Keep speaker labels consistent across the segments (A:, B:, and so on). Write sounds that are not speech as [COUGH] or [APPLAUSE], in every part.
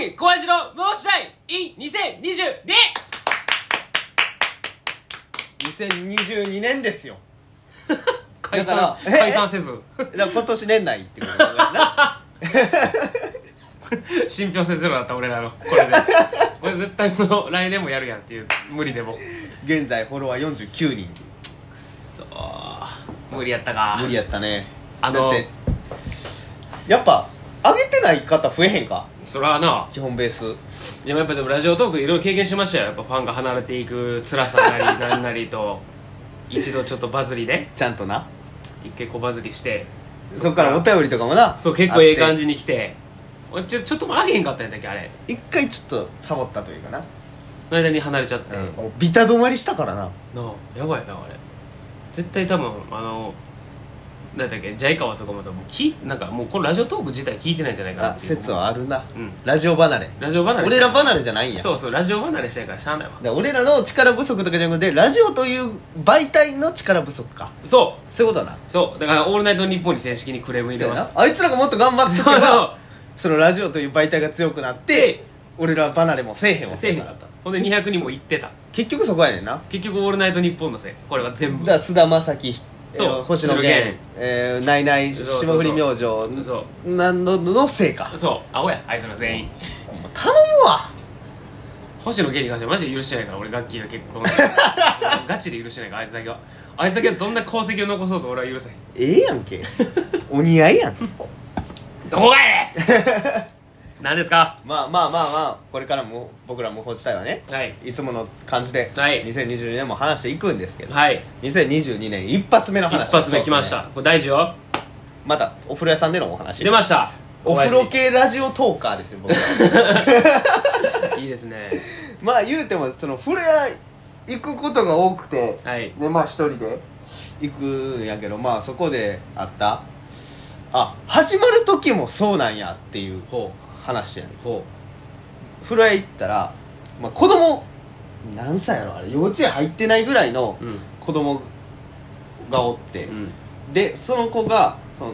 A: 員小林のもうしたい in 2022!
B: 2022年ですよ
A: 解
B: だ
A: 散
B: からえ
A: 解散せず [LAUGHS]
B: だから今年年内ってことだよな
A: 信憑性ゼロだった俺らのこれ
B: [LAUGHS]
A: でこれ絶対もう来年もやるやんっていう無理でも
B: 現在フォロワー49人
A: そう無理やったか
B: 無理やったね
A: あの
B: だってやっぱ上げてない方増えへんか
A: そらな
B: 基本ベース
A: でもやっぱでもラジオトークいろいろ経験しましたよやっぱファンが離れていく辛さ
B: [LAUGHS]
A: なりなんなりと一度ちょっとバズりで
B: ちゃんとな
A: 一回小バズりして
B: そっからお便りとかもな
A: そう結構ええ感
B: じ
A: じに来て俺ちょちょっとも上げへんかったんやったっけあれ
B: 一回ちょっとサボったというかな、
A: の間に離れちゃって、
B: もうビタ止まりしたからな
A: なあやばいなあれ絶対多分あのなんだっけジャイカワとかも多分きなんかもうこのラジオトーク自体聞いてないんじゃないかなっ
B: あ
A: ていう
B: 説はあるな、
A: うん
B: ラジオ離れ
A: ラジオ離れし
B: 俺
A: て
B: ら離れじゃないんや
A: そうそうラジオ離れしてないからしゃあないわ
B: だから俺らの力不足とかじゃなくてラジオという媒体の力不足か
A: そ
B: そういうことな
A: うそうだから「オールナイトニッポン」に正式にクレーム入れ
B: そうや
A: ま
B: な
A: す
B: あいつらがもっと頑張って
A: そ
B: け
A: う
B: ば
A: そ
B: そのラジオという媒体が強くなって
A: で
B: 俺ら離れもせえへんわ
A: う
B: け
A: せえへ
B: や
A: ん
B: か
A: からったほんで200人も行ってた
B: 結局そこやねんな
A: 結局「オールナイトニッポン」のせいこれは全
B: だ
A: 部
B: から菅田将暉え
A: そう
B: ー星野
A: 星野源
B: 源えーナイナイ
A: そうそう
B: 霜降り明星
A: そ
B: なんののせいか
A: うそう青やあいつら全員
B: 頼むわ
A: 星野源に関してはマジで許してないから俺ガッキーが結
B: [LAUGHS]
A: 婚ガチで許してないからあいつだけはあいつだけはどんな功績を残そうと俺は許せへん
B: ええや
A: [LAUGHS]
B: んけお似合いやん
A: どこがやねん [LAUGHS] 何ですか
B: まあまあまあまあこれからも僕ら無法地帯はね
A: はい
B: いつもの感じで
A: はい
B: 2022年も話していくんですけど
A: はい
B: 2022年一発目の
A: 一
B: 話
A: 発目来まし、
B: ちょった
A: これ大事よ
B: とねまたお風呂屋さんでのお話
A: 出ました
B: お風呂
A: 小
B: 系ラジオトーカーですよ僕は
A: [LAUGHS] 林いいですね
B: まあ言うてもその風呂屋行くことが多くて、
A: はい
B: でまあ一人で行くんやけどまあそこであったあ始まる時もそうなんやっていう
A: ほ
B: 話やね
A: うほ
B: 風呂屋行ったら、まあ、子供何歳やろあれ幼稚園入ってないぐらいの
A: ううん
B: 子供がおって、
A: うん
B: でその子がその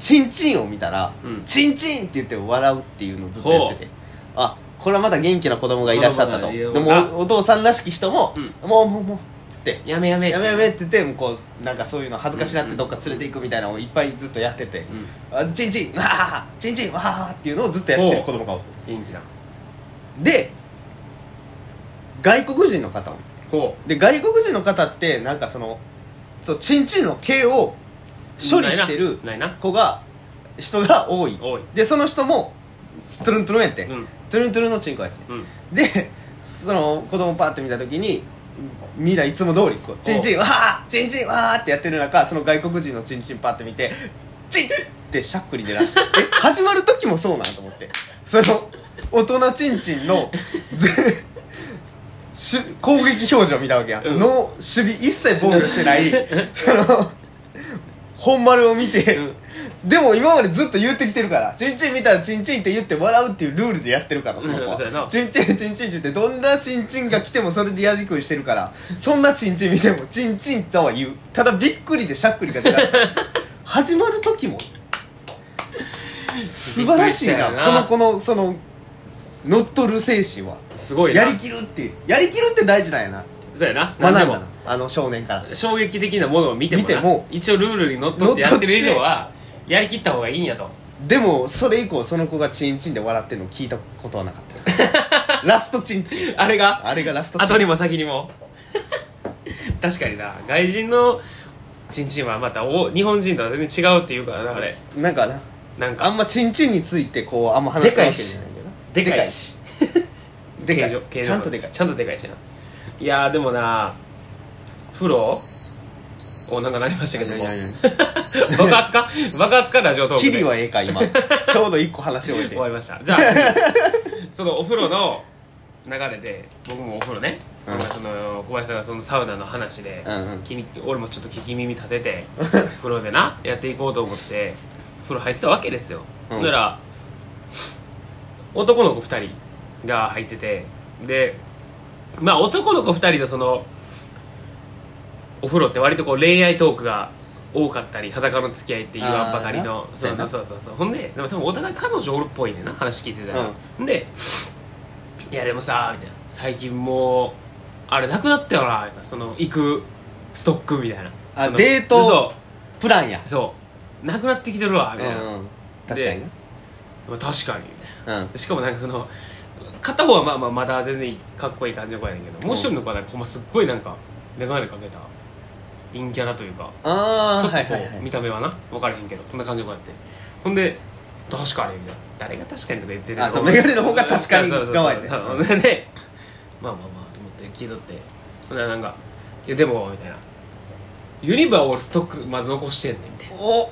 B: チンチンを見たら、
A: うん
B: チンチンって言って笑うっていうのをずっとやっててあこれはまだ元気な子供がいらっしゃったと
A: 子供がい
B: で
A: る
B: もおお父さんらしき人も、もうもうもうつって
A: やめやめ
B: やめやめって言ってもうこうなんかそういうの恥ずかしなってどっか連れていくみたいなのをいっぱいずっとやってて、あチンチンわあチンチンわあっていうのをずっとやってる子供がおって
A: 元気だ
B: で外国人の方も
A: ほ
B: で外国人の方ってなんかそのそうチンチンの毛を
A: う
B: 処理してる
A: ないなないな
B: 子が人が多い
A: 多い
B: でその人もトゥルントゥルンやって、
A: うん
B: トゥルントゥルンのチンコやって
A: うん
B: でその子供パーって見た時にみんないつも通りこうチンチンわあチンチンわあってやってる中その外国人のチンチンパーって見てチンってしゃっくり出らしてえ始まる時もそうなんと思ってその大人チンチンの [LAUGHS] ずしゅ攻撃表情見たわけやん、
A: うん
B: の守備一切防御してないその本丸を見て、
A: うん
B: でも今までずっと言ってきてるからチンチン見たらチンチンって言って笑うっていうルールでやってるからその子
A: うんそうや
B: は
A: な
B: チンチンチンチンって言ってどんなチンチンが来てもそれでやりくりしてるからそんなチンチン見てもチンチンとは言うただびっくりでしゃっくりが出た始まる時も素晴らしい
A: びっくり
B: な
A: したよな
B: この子のその乗っ取る精神は
A: すごいな
B: やりきるっていうやりきるって大事なんやな
A: そうやな
B: 学
A: 何
B: んだ
A: で
B: な
A: も
B: あの少年から
A: 衝撃的なものを見てもな
B: 見ても
A: 一応ルールにのっとってやってる以上はやりきった方がいいんやと
B: でもそれ以降その子がチンチンで笑ってるの聞いたことはなかっ
A: [LAUGHS]
B: たラストチンチン
A: あれが
B: あれがラストチン
A: 後にも先に
B: [LAUGHS]
A: も確かにな外人のチンチンはまたお日本人とは全然違うっていうからなあれ
B: なんかな
A: なん
B: あ
A: か
B: んまチンチンについてこうあんま話してないわけじゃないけどな
A: でかいし
B: でかい
A: 形状形状
B: ちゃんとでかい
A: ちゃんとでかいしないやーでもな風呂おなんかなりましたけども爆発か爆発かラジオトーク
B: キ
A: で
B: リはええか
A: [LAUGHS]
B: 今ちょうど一個話を終えて
A: 終わりましたじゃあ
B: [LAUGHS]
A: 次そのお風呂の流れで僕もお風呂ね、
B: うん
A: なんかその小林さんがそのサウナの話で、
B: うんうん
A: 君俺もちょっと聞き耳立てて [LAUGHS] 風呂でなやっていこうと思って風呂入ってたわけですよ、
B: うん
A: だから男の子2人が入っててでまあ男の子2人のそのお風呂って割とこう恋愛トークが多かったり裸の付き合いって言わんばかりの
B: あーな
A: そう
B: そうやな
A: そうそうそうほんででも多分お互い彼女おるっぽいねんな話聞いてたら、で「いやでもさ」みたいな「最近もうあれなくなったよな」みたいなその行くストックみたいな
B: あ
A: その
B: デート
A: そ
B: プランや
A: うそうなくなってきてるわ
B: う
A: みたいな、
B: ん確かに
A: まあ確かにみたい
B: なうん
A: なしかもなんかその片方はまあまあまだ全然かっこいい感じの子やねんけどもう一人の子はなんかほんますっごいなんか眼鏡かけた陰キャラというか
B: ああ
A: ちょっと
B: は
A: こ
B: いはいうはい
A: 見た目はな分からへんけどそんな感じの子やってほんで確かにみたいな誰が確かにとか言ってる
B: あそうメガネの方が確かに側やって
A: そうそうそうそうでまあまあまあと思って聞いとってほんならなんか「いやでも」みたいな「ユニバー俺ストックまだ残してんねん」みたいな
B: お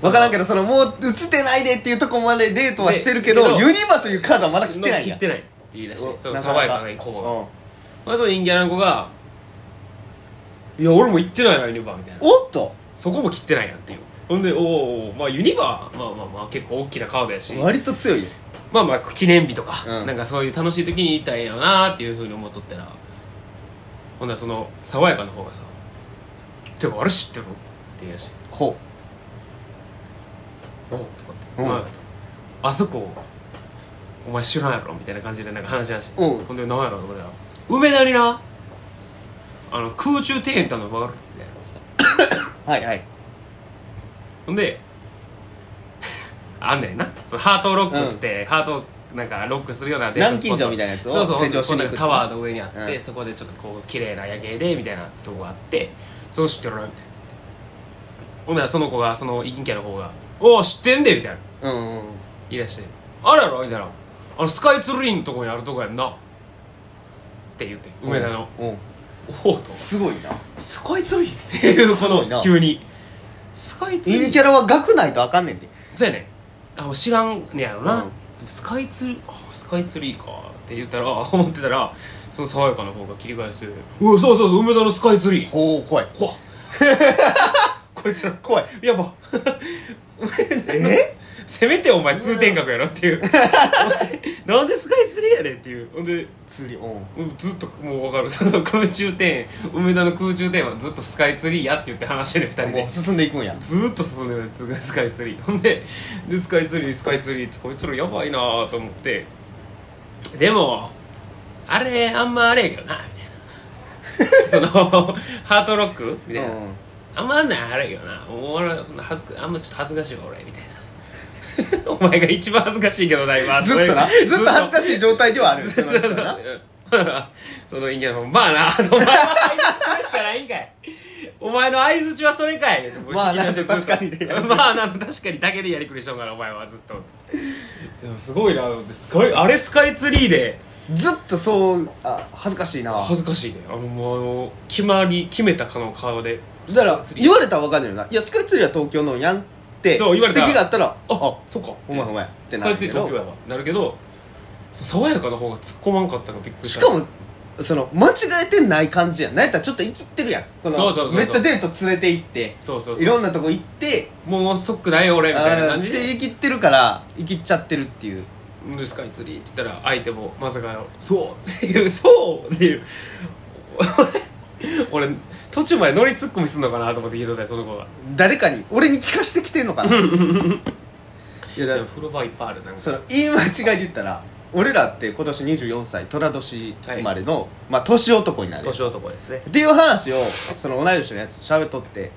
B: 分からんけどそのもう映ってないでっていうとこまでデートはしてるけど
A: でけど
B: ユニバというカードはまだ切ってないん
A: 切っ
B: や
A: てないって言い出して
B: お
A: その
B: なかな
A: 爽
B: か
A: やかな子が
B: うん
A: まずインギャラの子が「いや俺も行ってないなユニバー」みたいな
B: おっと
A: そこも切ってないなっていうほんで「おーおーまあユニバーまあまあまあ結構大きなカードやし
B: 割と強いよ
A: まあまあ記念日とか、
B: うん
A: なんかそういう楽しい時に行ったらええよなっていうふうに思っとったらほんならその爽やかな方がさ「てかあれ知ってる?」って言い出して
B: こ
A: 「おう」とかって「
B: うん
A: まあ、あそこお前知らんやろ」みたいな感じでなんか話し出して、
B: うん
A: ほんで何やろと思ったら「梅田になあの空中庭園ってあるの分かる?」みたいな
B: うはいはい
A: ほんで [LAUGHS] あんねんなそのハートロックっつって、ハートをなんかロックするようなデートスポット
B: 南京錠みたいなやつを
A: そうそう
B: 洗浄し
A: ほ
B: に行く
A: んでこんなタワーの上にあって、
B: うん
A: そこでちょっとこう綺麗な夜景でみたいなとこがあってその知ってるなみたいなほんならその子がその陰キャの方が「おお知ってんで」みたいな
B: うんうんうん
A: 言い出して「あれやろ?」みたいな「あのスカイツリーのとこにあるとこやんな」って言って梅田の
B: うん
A: 「おお」と
B: すごいな
A: 「スカイツリー」っていう [LAUGHS] こ
B: すごいな
A: の急に「スカイツリー」
B: 陰キャラは学ないとあかんねんで
A: そうやねあもう知らんねやろな、
B: うん
A: スカイツリーあスカイツリーかって言ったら [LAUGHS] 思ってたらその爽やかな方が切り返して「うわそうそうそう梅田のスカイツリー
B: ほう怖い
A: 怖っこいつら
B: 怖い
A: やば
B: [LAUGHS] え
A: [LAUGHS] せめてお前通天閣やろって
B: [LAUGHS]
A: いうお前なんでスカイツリーやねんっていうほんで
B: 釣りうん
A: うんずっともう分かるその空中庭園梅田の空中庭園はずっとスカイツリーやって言って話してる2人
B: も
A: で
B: う進んでいくんや
A: ずーっと進んでるつスカイツリーほんででスカイツリースカイツリーってこいつらやばいなーと思ってでもあれあんまあれやけどなみ
B: [LAUGHS]
A: たいなそのハートロックみたいな、
B: うん
A: あんまあんなんあれやけどなもう俺はそんな恥ずかあんまちょっと恥ずかしいわ俺みたいな [LAUGHS] お前が一番恥ずかしいけどないわ
B: ずっとな
A: そういう
B: ずっと恥ずかしい状態ではあるその人な
A: [LAUGHS] そのインディアンまあな、お前はそれしかないんかい。お前の相づちはそれかい。
B: まあな
A: ずっと
B: 確かにで
A: まあな、確かにだけでやりくりしとんから、お前はずっと。でもすごいな、スカイ、あれスカイツリーで、
B: ずっとそうあ恥ずかしいな
A: 恥ずかしいね。あの、もうあの、決まり、決めたかの顔で。
B: だから
A: スカイツリー
B: 言われたらわかんないよないやスカイツリーは東京のやんって
A: そう言われたら
B: 指摘があったら
A: あ
B: あ、
A: そっか。
B: お前お前って
A: ス
B: な
A: カ
B: る
A: イツ
B: け
A: リー東京
B: ど
A: やわ。なるけど、爽やかな方が突っ込まんかったのがびっくりし。
B: したかもその間違えてない感じやんなんやったらちょっと生きってるやん
A: そ
B: こ
A: うそうそうそ
B: の
A: う
B: めっちゃデート連れて行って
A: そうそうそう。
B: いろんなとこ行って
A: もうそっくないよ俺みたいな
B: あ
A: 感
B: ー
A: じ
B: で
A: で
B: 生きってるから生きっちゃってるっていう
A: 「スカイツリー」って言ったら相手もまさかの「そう」っていう「そう」っていう [LAUGHS] 俺俺途中まで乗りツッコミすんのかなと思って聞いとったよその子が
B: 誰かに俺に聞かしてきてん
A: [LAUGHS]
B: のかないやだ
A: で
B: か
A: も
B: ら
A: 風呂場いっぱいあるなんか
B: その言い間違いで言ったら俺らって今年24歳寅年生まれの、まあ年男になる
A: 年男ですね
B: っていう話をその同い年のやつと喋っとって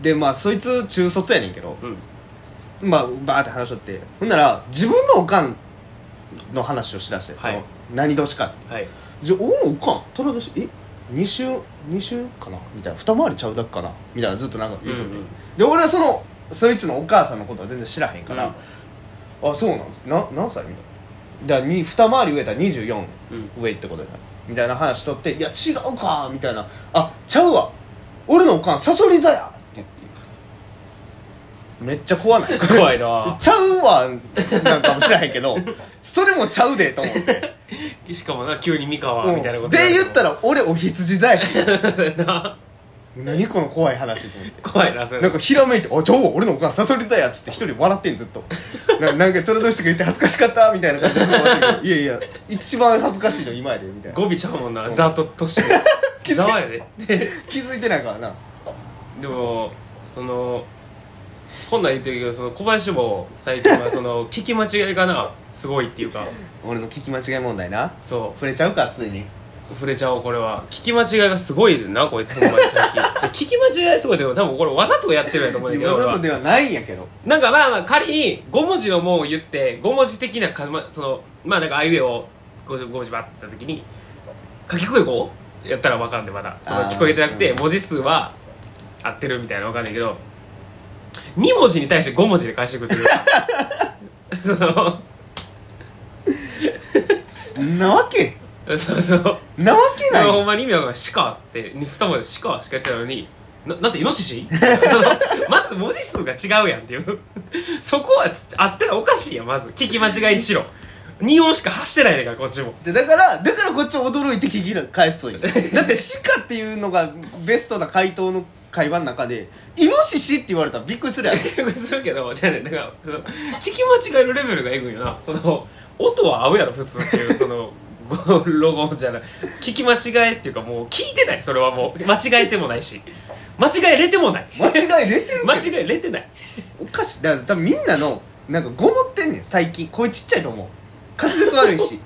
B: でまあそいつ中卒やねんけど
A: うん
B: まあバーって話しとってほんなら自分のおかんの話をしだして、そ
A: は
B: の
A: い
B: 何年かって
A: はい
B: じゃあおおおかん虎年え二週二週かなみたいな二回りちゃうだっかなみたいなずっとなんか言うとって、
A: うんうん
B: で俺はそのそいつのお母さんのことは全然知らへんから、あそうなんですな何歳みたいなだからに二回り上やったら24
A: うん
B: 上ってことやな、みたいな話しとって「いや違うか」みたいな「あちゃうわ俺のおかんサソリ座や」って言ってめっちゃ怖ない
A: 怖いな
B: ちゃうわなんかもしれへんけどそれもちゃうでと思って
A: [LAUGHS] [LAUGHS] しかもな急に三河みたいなこ
B: うん
A: と
B: で言った
A: ら
B: ら俺お羊座やし
A: そうやな
B: 何この怖い話と思って
A: [LAUGHS] 怖いなそれ
B: なんかひらめいて「あちゃうわ俺のおかんサソリ座や」っつって一人笑ってんずっとななんか虎年とか言って恥ずかしかったみたいな感じでずっと笑ってるけどいやいや一番恥ずかしいの今やでみたいな
A: [LAUGHS] 語尾ちゃうもんなざっと年も
B: 気づい
A: ざわやで
B: 気づいてないからな
A: [LAUGHS] でもそのこんなん言ってるけどその小林も最近はその聞き間違いがなすごいっていうか
B: 俺の聞き間違い問題な
A: そ
B: 触れちゃうかついに
A: う触れちゃおうこれは聞き間違いがすごいなこいつほんまに最近 [LAUGHS] 聞き間違いがすごいって多分これわざとやってるんやと思うんだけ
B: 今
A: ど俺
B: こと
A: は
B: ではないんやけど
A: なんかまあまあ仮に5文字のもんを言って5文字的なか、ま、そのまあなんかあいうえを5文字バッて言った時にかき声こうやったらわかんでまだその
B: あー
A: 聞こえてなくて
B: うん
A: 文字数は合ってるみたいなのわかんないけど2文字に対して5文字で返してくるっていう [LAUGHS] その
B: そんなわけ
A: そうそう
B: なわけない
A: ほんまに意味わかんない「しか」って2文字で「しか」しか言ってたのにななんてイノシシ [LAUGHS] まず文字数が違うやんっていう [LAUGHS] そこはちあったらおかしいやんまず聞き間違いにしろ2音しか発してないねんからこっちも
B: じゃだからだからこっちも驚いて聞き返すといいだって「しか」っていうのがベストな回答の会話の中で「イノシシ」って言われたらびっくりするやろ
A: するけどじゃあねだからその聞き間違えるレベルがえぐいよなその音は合うやろ普通っていうそのごロゴじゃない聞き間違えっていうかもう聞いてないそれはもう間違えてもないし間違えれてもない
B: 間違いれてるけど
A: 間違えれてない
B: おかしいだから多分みんなのなんかごもってんねん最近声ちっちゃいと思う滑舌悪いし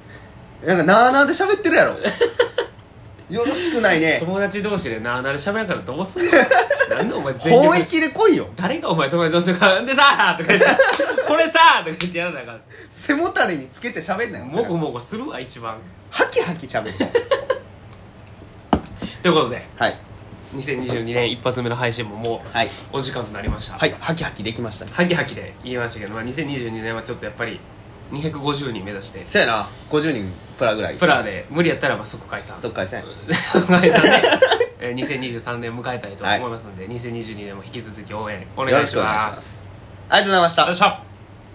B: [LAUGHS] なんかなあなあで喋ってるやろ [LAUGHS] よろしくないね
A: 友達同士でなあなれ喋らんからどうすん
B: [LAUGHS]
A: のなんでお前全
B: 本
A: 力
B: 域で来いよ
A: 誰がお前友達同士からんでさーとか言
B: [LAUGHS]
A: ってこれさーとか言ってやらなあかん
B: 背もたれにつけて喋んなよ
A: もごもごするわ一番
B: ハキハキ喋る
A: ということで
B: [LAUGHS] はい
A: 2022年一発目の配信もも
B: はいう
A: お時間となりました
B: はいハキハキできましたね
A: ハキハキで言いましたけど、まあ、2022年はちょっとやっぱり250人目指して
B: せやな50人プラぐらい
A: プラで無理やったらまあ即解散
B: そっかいせん
A: 即解散で
B: [LAUGHS]
A: えー2023年迎えたいと思いますので、2022年も引き続き応援お願いし
B: よろしくお願いし
A: ま
B: ますありがとうございました
A: よいしょ